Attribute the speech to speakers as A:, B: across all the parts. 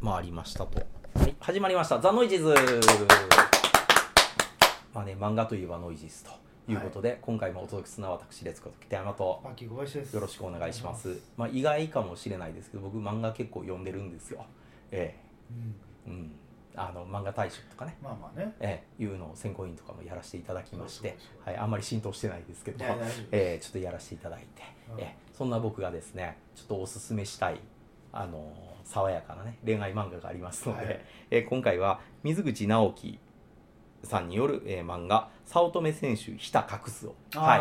A: まあありましたと。はい、始まりました。ザ・ノイジーズまあね、漫画といえばノイジーズということで、今回もお届けするのは私、レツコと北山と、
B: 秋小林です。
A: よろしくお願いします。まあ意外かもしれないですけど、僕漫画結構読んでるんですよ。え
B: う
A: え、う
B: ん
A: ん。あの、漫画大賞とかね。
B: まあまあね。
A: ええ、いうのを選考委員とかもやらせていただきまして
B: そうそう、
A: はい、あんまり浸透してないですけど
B: いや大丈夫です、
A: ええ、ちょっとやらせていただいて、
B: うん
A: ええ、そんな僕がですねちょっとおすすめしたい、あの爽やかな、ね、恋愛漫画がありますので、
B: はい
A: ええ今回は水口直樹さんによる、ええ漫画「早乙女選手ひた隠すを」
B: あー
A: は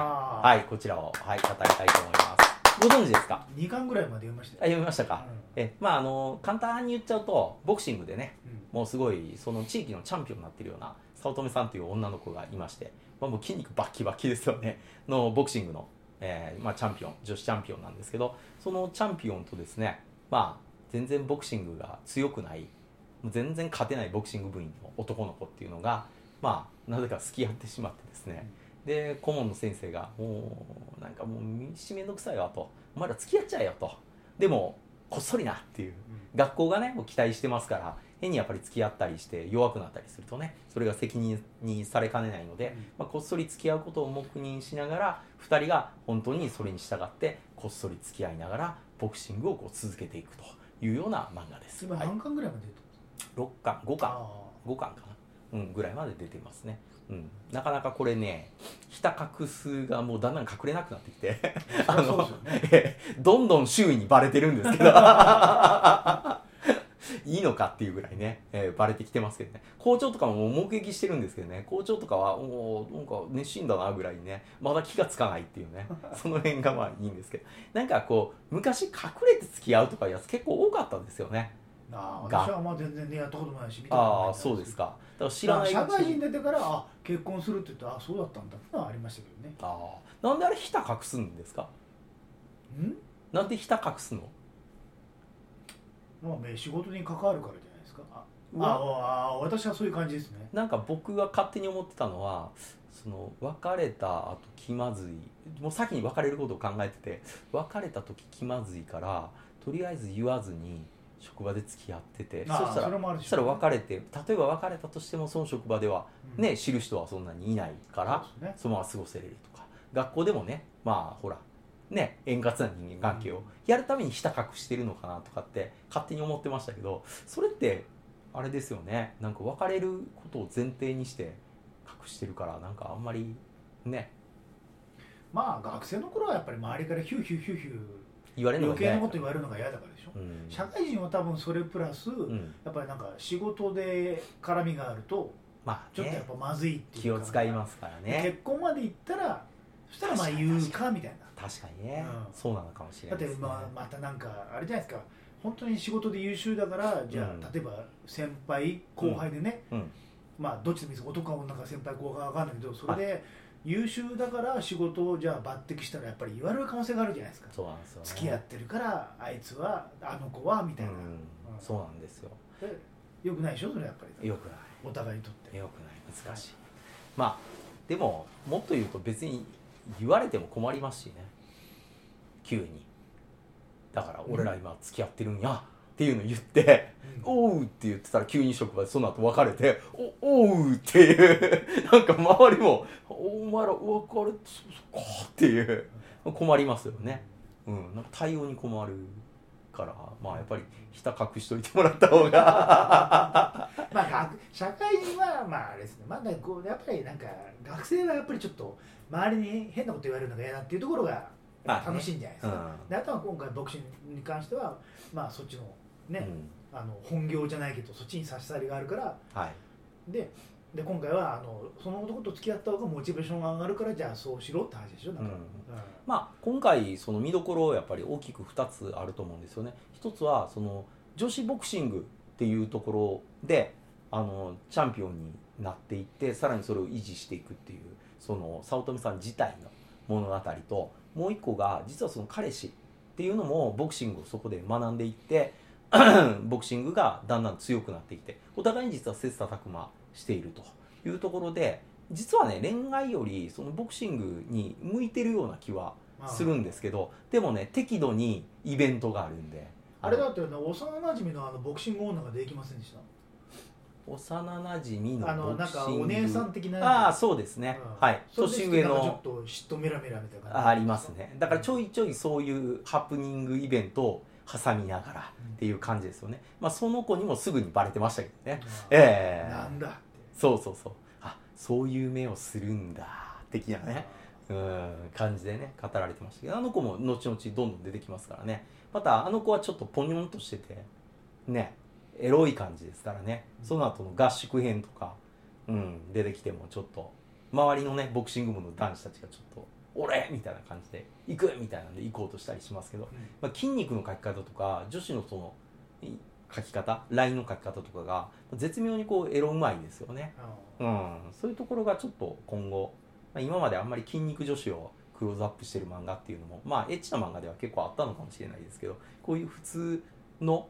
A: いはい、こちらを、はい、語りたいと思いますご存知ですかあ
B: 二巻ぐらいまで読みましたよ。
A: 読みましたか、
B: うん
A: ええまああの簡単に言っちゃうとボクシングでね
B: うん
A: もうすごいその地域のチャンピオンになってるような早乙女さんという女の子がいまして、まあ、もう筋肉バッキバキですよねのボクシングの、えーまあ、チャンピオン女子チャンピオンなんですけどそのチャンピオンとですね、まあ、全然ボクシングが強くないもう全然勝てないボクシング部員の男の子っていうのが、まあ、なぜか好き合ってしまってですねで顧問の先生が「もうなんかもう見しめんどくさいわ」と「お前ら付き合っちゃえよ」と「でもこっそりな」っていう学校がねもう期待してますから変にやっぱり付き合ったりして弱くなったりするとねそれが責任にされかねないので、
B: うん
A: まあ、こっそり付き合うことを黙認しながら2人が本当にそれに従ってこっそり付き合いながらボクシングをこう続けていくというような漫画です、
B: 今
A: はい、
B: 何巻ぐらいまで出て
A: 6巻5
B: た
A: 巻5巻かな、うん、ぐらいまで出てますね、うん、なかなかこれねひた隠すがもうだんだん隠れなくなってきて
B: あ
A: あ
B: ーそう
A: の
B: ですよね。
A: どんどん周囲にバレてるんですけど いいのかっていうぐらいね、えーバレてきてますけどね校長とかも目撃してるんですけどね校長とかはおーなんか熱心だなぐらいにねまだ気がつかないっていうねその辺がまあいいんですけどなんかこう昔隠れて付き合うとかいうやつ結構多かったですよね
B: なあ私はまあ全然ねやったこともないし。見たこともな
A: あ
B: い
A: あ
B: ん
A: ーそうです。かだから知
B: 知
A: ら
B: らな。
A: ないい
B: 社
A: うち
B: 会人
A: に
B: 出てからあ結婚するって言ってあそうだったんだってのはありましたけどね。
A: あーなんであれひた隠すんですか
B: うん？
A: なんでひた隠すの
B: まあね仕事に関わるからじゃないですか。あ
A: うわ
B: ああ私はそういう感じですね。
A: なんか僕が勝手に思ってたのはその別れた後気まずいもう先に別れることを考えてて別れた時気まずいからとりあえず言わずに職場で付き合っててそ
B: あー
A: したら
B: それもある
A: そ
B: で
A: し
B: したょ
A: ら
B: うね
A: 別れて例えば別れたとしてもその職場では
B: うん
A: ね、知る人はそんなにいないから
B: そうですね
A: そのまま過ごせれるとか学校でもねまあほらね円滑な人間関係をやるためにひた隠してるのかなとかって勝手に思ってましたけどそれってあれですよねなんか別れることを前提にして隠してるからなんかあんまりね
B: まあ学生の頃はやっぱり周りからヒューヒューヒューヒュー
A: 言われるの
B: 余
A: が嫌
B: 計
A: やか
B: なこ
A: ら
B: と言われるのが嫌だからでしょ。
A: うん
B: 社会人は多分それプラス、
A: うん
B: やっぱりなんか仕事で絡みがあると
A: まあ
B: ちょっとやっ
A: ね
B: ぱまずいってい
A: 気
B: う
A: を
B: か
A: 使いますからね
B: 結婚まで行ったらそしたらまあ
A: 確かに
B: 言うかみたいな
A: 確かにね
B: うん
A: そうなのかもしれ
B: だ
A: ない
B: って
A: ですね
B: まあまたなんかあれじゃないですか本当に仕事で優秀だからじゃ
A: うん
B: あ例えば先輩後輩でね、
A: うん
B: まあどっちでもいいです男か女か先輩後輩か分かんないけどそれで優秀だから仕事をじゃあ抜擢したらやっぱり言われる可能性があるじゃないですか
A: そうなんですよね
B: 付き合ってるからあいつはあの子はみた
A: う
B: いな、
A: ん
B: うん
A: そうなんですよ
B: よくないでしょそれやっぱり
A: よくない
B: お互いにとって
A: よくない難しいまあでももっと言うと別に言われても困りますしね急にだから俺ら今付き合ってるんやっていうの言って「
B: うん
A: おう」って言ってたら急に職場でその後別れて「おおう」っていう なんか周りも「お前ら別れてそっか」っていう困りますよ ねうんなんか対応に困るからまあやっぱりひた隠しといてもらった方が
B: まあ、学社会人はまああれですね、まだこうやっぱりなんか学生はやっぱりちょっと周りに変なこと言われるのが嫌だっていうところが
A: まあね
B: 楽しいんじゃないですか、
A: うん
B: であとは今回ボクシングに関してはまあそっちの
A: う
B: ね、
A: ん
B: あの本業じゃないけどそっちに差し障りがあるから
A: はい
B: でで今回はあのその男と付き合った方がモチベーションが上がるからじゃあそうしろって話でしょなんか、
A: うん
B: うん
A: まあ、今回その見どころやっぱり大きく2つあると思うんですよね一つはその女子ボクシングっていうところであのチャンピオンになっていってさらにそれを維持していくっていうその早乙女さん自体の物語ともう一個が実はその彼氏っていうのもボクシングをそこで学んでいって ボクシングがだんだん強くなってきてお互いに実は切磋琢磨しているというところで実はね恋愛よりそのボクシングに向いてるような気は
B: まあ
A: するんですけどでもね適度にイベントがあるんで
B: あれだってね幼馴染のあのボクシング女ができませんでした
A: 幼なじみのボクシング
B: あのなんかお姉さん的な
A: ああそうですね、
B: うん
A: はい
B: それで
A: 年上
B: なんかちょ
A: の
B: っと嫉妬メラメラみたいな感じ
A: あありますねだからちょいちょいそういうハプニングイベントを挟みながらっていう感じですよねまあその子にもすぐにバレてましたけどね
B: え
A: ええ
B: なんだって
A: そうそうそうあそういう目をするんだ的なねうん感じでね語られてましたけどあの子も後々どんどん出てきますからねまたあの子はちょっとポニョンとしててねエロい感じですからねその後の合宿編とか、うん、出てきてもちょっと周りのねボクシング部の男子たちがちょっと「俺!」みたいな感じで「行く!」みたいなんで行こうとしたりしますけど、
B: うん
A: まあ、筋肉の書き方とか女子のそのい書き方ラインの書き方とかが絶妙にこうエロうまいですよね。
B: あ
A: うん、そういうところがちょっと今後、まあ、今まであんまり筋肉女子をクローズアップしてる漫画っていうのもまあエッチな漫画では結構あったのかもしれないですけどこういう普通の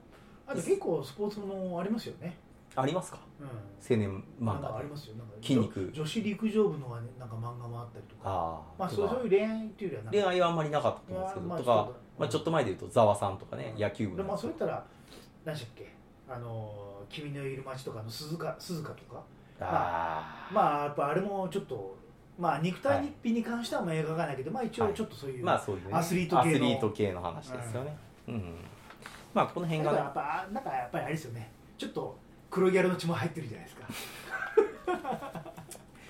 B: あと結構スポーツものありますよね、
A: ありますか
B: うん、
A: 青年
B: な
A: 漫
B: んか
A: 画
B: あ
A: で
B: りますよなんか
A: 筋肉
B: 女子陸上部のがねなんか漫画もあったりとか
A: ああ、
B: まあ
A: と
B: そう
A: か
B: そういう恋愛っていうより
A: 恋
B: はなんか
A: 愛はあんまりなかったと思うんですけど、とか、まあ、ちょっと前で言うとざわさんとかね、
B: うん
A: 野球部
B: で
A: の
B: まあそういったら何でしたっけあのー君のいる街とかの鈴鹿鈴鹿とか
A: ああまあ
B: まあやっぱあれもちょっとまあ肉体日に関してはあんま描かないけど、まあ一応ちょっとそういう、
A: そういうね
B: アスリート系の
A: アスリート系の話ですよね、うんまあこの辺
B: だ
A: が
B: か
A: ね
B: らやっぱなんかやっぱりあれですよねちょっと黒ギャルの血も入ってるじゃないですか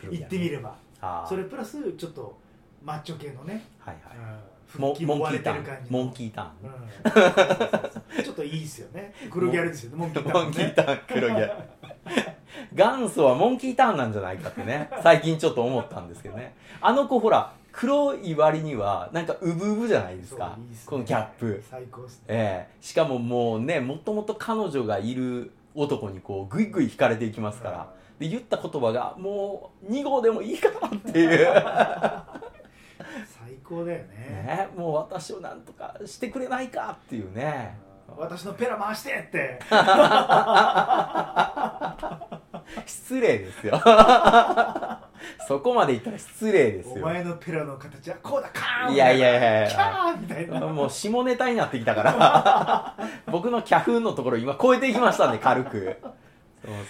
B: 言ってみれば
A: ああ
B: それプラスちょっとマッチョ系のね、
A: はいは
B: う
A: い
B: ん
A: モ
B: 腹
A: ン
B: 筋
A: モ
B: も
A: ンキーターンモンキー
B: 割れてる感じの
A: ターン
B: うんそうそうそうそうちょっといいですよね黒ギャルですよねモンキータ
A: モ
B: ーン
A: ン
B: も
A: キー
B: ね
A: ターン黒ギャル元祖はモンキーターンなんじゃないかってね最近ちょっと思ったんですけどねあの子ほら黒い割にはなんかうぶうぶじゃないですか
B: そういいっすね
A: このギャップ
B: 最高ですね
A: ええしかももうねもともと彼女がいる男にこうグイグイ惹かれていきますからで言った言葉がもう2号でもいいかなっていう
B: うん最高だよね
A: ね、もう私をなんとかしてくれないかっていうね、
B: うん私のペラ回してって
A: 失礼ですよそこまで言ったら失礼です
B: お
A: よ
B: 前のペラの形はこうだカーン
A: いやいやいやいや
B: キャーみたいな
A: もう下ネタになってきたから 僕のキャフンのところ今超えていきましたんで軽く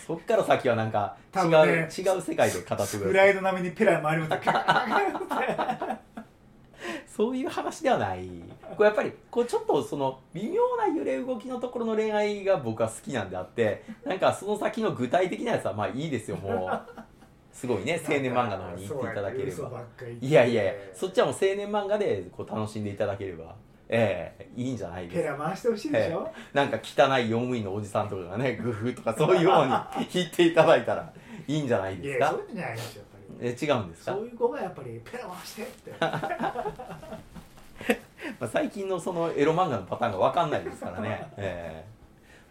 A: そうそっから先はなんか違
B: 多
A: う、
B: 分ね
A: 違う世界で語ってく
B: フ
A: ださ
B: ラ
A: い
B: イド並みにペラ回りましたカーンって
A: そういう話ではないこうやっぱりこうちょっとその微妙な揺れ動きのところの恋愛が僕は好きなんであってなんかその先の具体的なやつはまあいいですよもうすごい ね青年漫画の方に行っていただけれ
B: そうやね嘘ば
A: ば
B: っかり言って
A: いやいやいやそっちはもう青年漫画でこう楽しんでいただければええいいんじゃないです
B: ペ
A: か
B: ラ回してほしいでしょ、
A: なんか汚い用務員のおじさんとかがねグフとかそういう 方に引いていただいたらいいんじゃない
B: い
A: で
B: や
A: すか
B: いやそういうんじゃないですよやっぱり
A: え違うんですか
B: そういう子がやっぱりペラ回してって
A: まあ、最近のそのエロ漫画のパターンが分かんないですから ね、ええ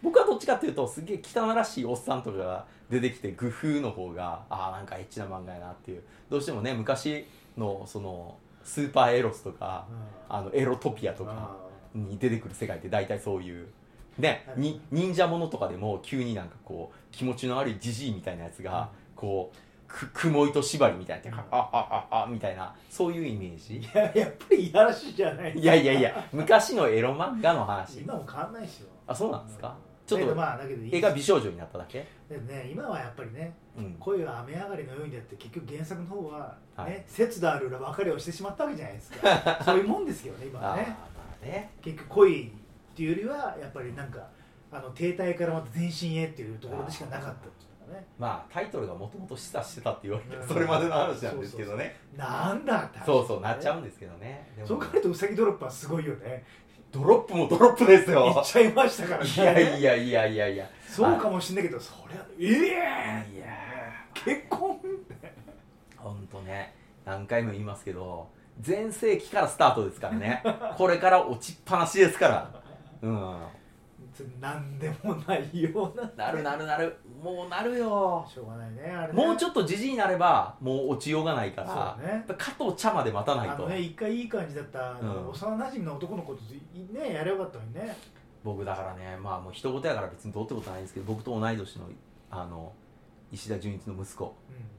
A: 僕はどっちかっていうとすげえ汚らしいおっさんとかが出てきてグフーの方がああなんかエッチな漫画やなっていうどうしてもね昔のそのスーパーエロスとかあのエロトピアとかに出てくる世界って大体そういう。ね、に忍者ものとかでも急になんかこう気持ちの悪いジジイみたいなやつがこうく雲糸縛りみたいなああああみたいなそういうイメージ
B: いややっぱりいやらしいじゃない
A: いやいやいや、昔のエロ漫画の話。
B: 今も変わんないですよ
A: あ、そうなんですか。ち
B: ち
A: ょ
B: ょ
A: っ
B: っと
A: と
B: まあだけどいい
A: 絵が美少女になっただけ。
B: でもね今はやっぱりね
A: うん。
B: 恋は雨上がりのようにだって結局原作の方は、ね
A: はい
B: 節度ある裏別れをしてしまったわけじゃないです かそういうもんですけどね今
A: あ
B: は
A: あ、
B: ね
A: まあね。
B: 結局恋っていうよりはやっぱりなんかあの停滞からまた全身へっていうところでしかなかったっていうのがね
A: まあ、タイトルがもともと示唆してたって言われて
B: う、ん
A: それまでの話なんですけどね。
B: なんだって話
A: そうそう、なっちゃうんですけどね。で
B: そう
A: も
B: 考えるとウサギドロップはすごいよね
A: ドロップもドロップです
B: 言
A: よ
B: っ。ちゃいましたからね
A: いやいやいやいやいや。
B: そうかもしんないけどそりゃええ
A: いや
B: 結婚
A: ー、ほんとね、何回も言いますけど、全盛期からスタートですからね。これから落ちっぱなしですから。うん。
B: なんでもないような
A: なるなるなる。もうなるよ。
B: しょうがないねあれね
A: もうちょっとじじいになればもう落ちようがないから
B: そうね
A: やっぱ加藤茶まで待たない
B: あの
A: と、
B: ね一回いい感じだった、あの
A: うん
B: 幼馴染の男の子とねやればよかったのにね
A: 僕だからねまあもう人事やから別にどうってことはないんですけど僕と同い年のあの石田純一の息子
B: う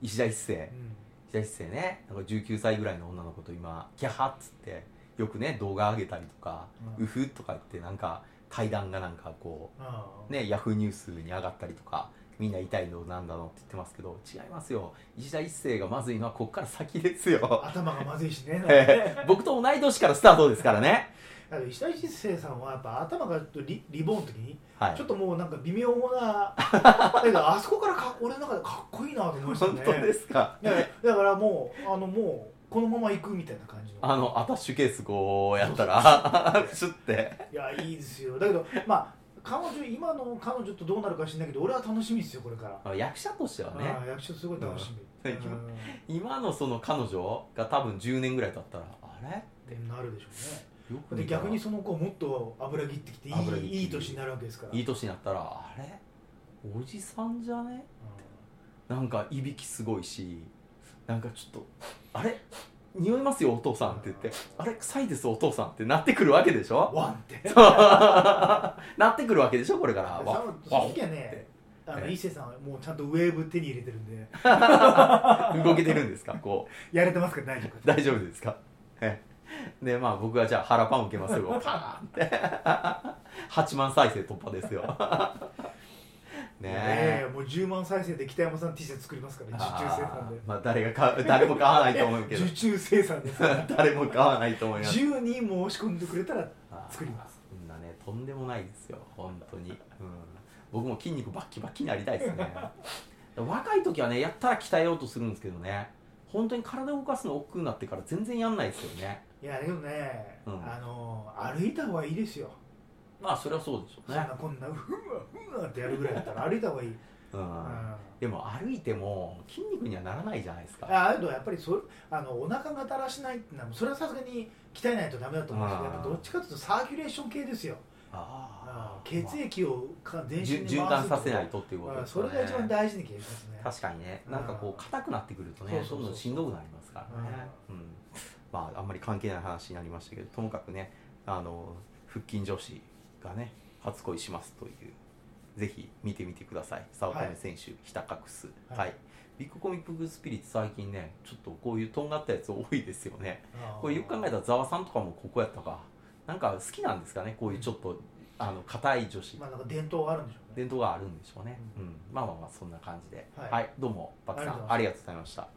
A: 石田一生
B: ん、うん
A: 石田一生ねなんか19歳ぐらいの女の子と今ギャハっつってよくね動画上げたりとか、
B: う
A: うんふっとか言ってなんか対談がなんかこう
B: う
A: ねヤフーニュースに上がったりとかみんな痛いのなんだのって言ってますけど違いますよ石田一生がまずいのはここから先です
B: ん、
A: よ
B: 頭がまずいし ね
A: ええ 僕と同い年からスタートですからね
B: だから石田一生さんはやっぱ頭がちょっとリリボンの時に
A: はい
B: ちょっともうなんか微妙 なだけどあそこからか俺の中でかっこいいなと思いましたね
A: 本当ですか
B: だからだからもうあのもうこのまま行くみたいな感じの
A: あのアタッシュケースこうやった らシュッて
B: いやいいですよだけどまあ彼女今の彼女とどうなるか知らないけど俺は楽しみですよこれから、
A: 役者としてはね
B: ああ役所すごい楽し
A: う
B: み、
A: ん
B: うん
A: 今のその彼女が多分10年ぐらい経ったらあれ
B: なるでしょうね
A: よく
B: で
A: 見たら
B: 逆にその子をもっと油切ってきてい
A: 油切って
B: いいい年になるわけですから
A: いい年になったらあれおじさんじゃねなんかいびきすごいしなんかちょっとあれ匂いますよお父さんって言ってあれ臭いですお父さんってなってくるわけでし
B: うん
A: ょ
B: ワンって
A: なってくるわけでしょこれから
B: 多
A: わ
B: 分その時はね
A: わ
B: あの
A: ええ
B: 伊勢さんはもうちゃんとウェーブ手に入れてるんで
A: 動けてるんですかこう
B: やれてますから大丈夫
A: 大丈夫ですかええでまあ僕はじゃあ腹パン受けますよ パーンって 8万再生突破ですよ ね
B: ね
A: え
B: えもう10万再生で北山さん T シャツ作りますから受注生産
A: あ
B: で
A: ーまあ誰が買う誰も買わないと思うけど
B: 受注生産ですから
A: 誰も買わないと思います
B: 10人申し込んでくれたら作ります
A: そんなねとんでもないですよ本当に、うん、僕も筋肉バッキバキになりたいです ね若い時はねやったら鍛えようとするんですけどね本当に体動かすの億劫になってから全然やんないですよね
B: いやだけどね、
A: うん
B: あの歩いた方がいいですよ、
A: まあそれはそうでしょう
B: そん
A: ね
B: な、こんなふわふわってやるぐらいだったら歩いた方がいい、
A: うん
B: うん
A: でも歩いても筋肉にはならないじゃないですか。
B: ああとやっぱりそれあのお腹がだらしないってのはそれはさすがに鍛えないとダメだと思うんですけど
A: あー
B: やっぱどっちかというとサーキュレーション系ですよ
A: あー
B: 血液をか全身
A: じゅ
B: に回す
A: 循環させないとっていうこと
B: うん
A: です
B: そ
A: よ
B: れ
A: ね。
B: が一番大事な気がしますね
A: 確かにね、なんかこう硬くなってくるとね、
B: そうそうそう
A: どんどんしんどくなりますからね。うん、まああんまり関係ない話になりましたけど、ともかくね、あの腹筋女子がね初恋しますという、ぜひ見てみてください。早乙女選手、ひた隠す。
B: はい
A: はい。ビッグコミックスピリッツ最近ね、ちょっとこういうとんがったやつ多いですよね。
B: あー
A: これよく考えたらざわさんとかもここやったかなんか好きなんですかねこういうちょっとあの硬い女子
B: まあなんか伝統があるんでしょうね
A: 伝統があるんでしょうね、
B: う
A: うんまあまあまあそんな感じでは
B: はい
A: どうもバクさんあ
B: あ
A: りがとうございました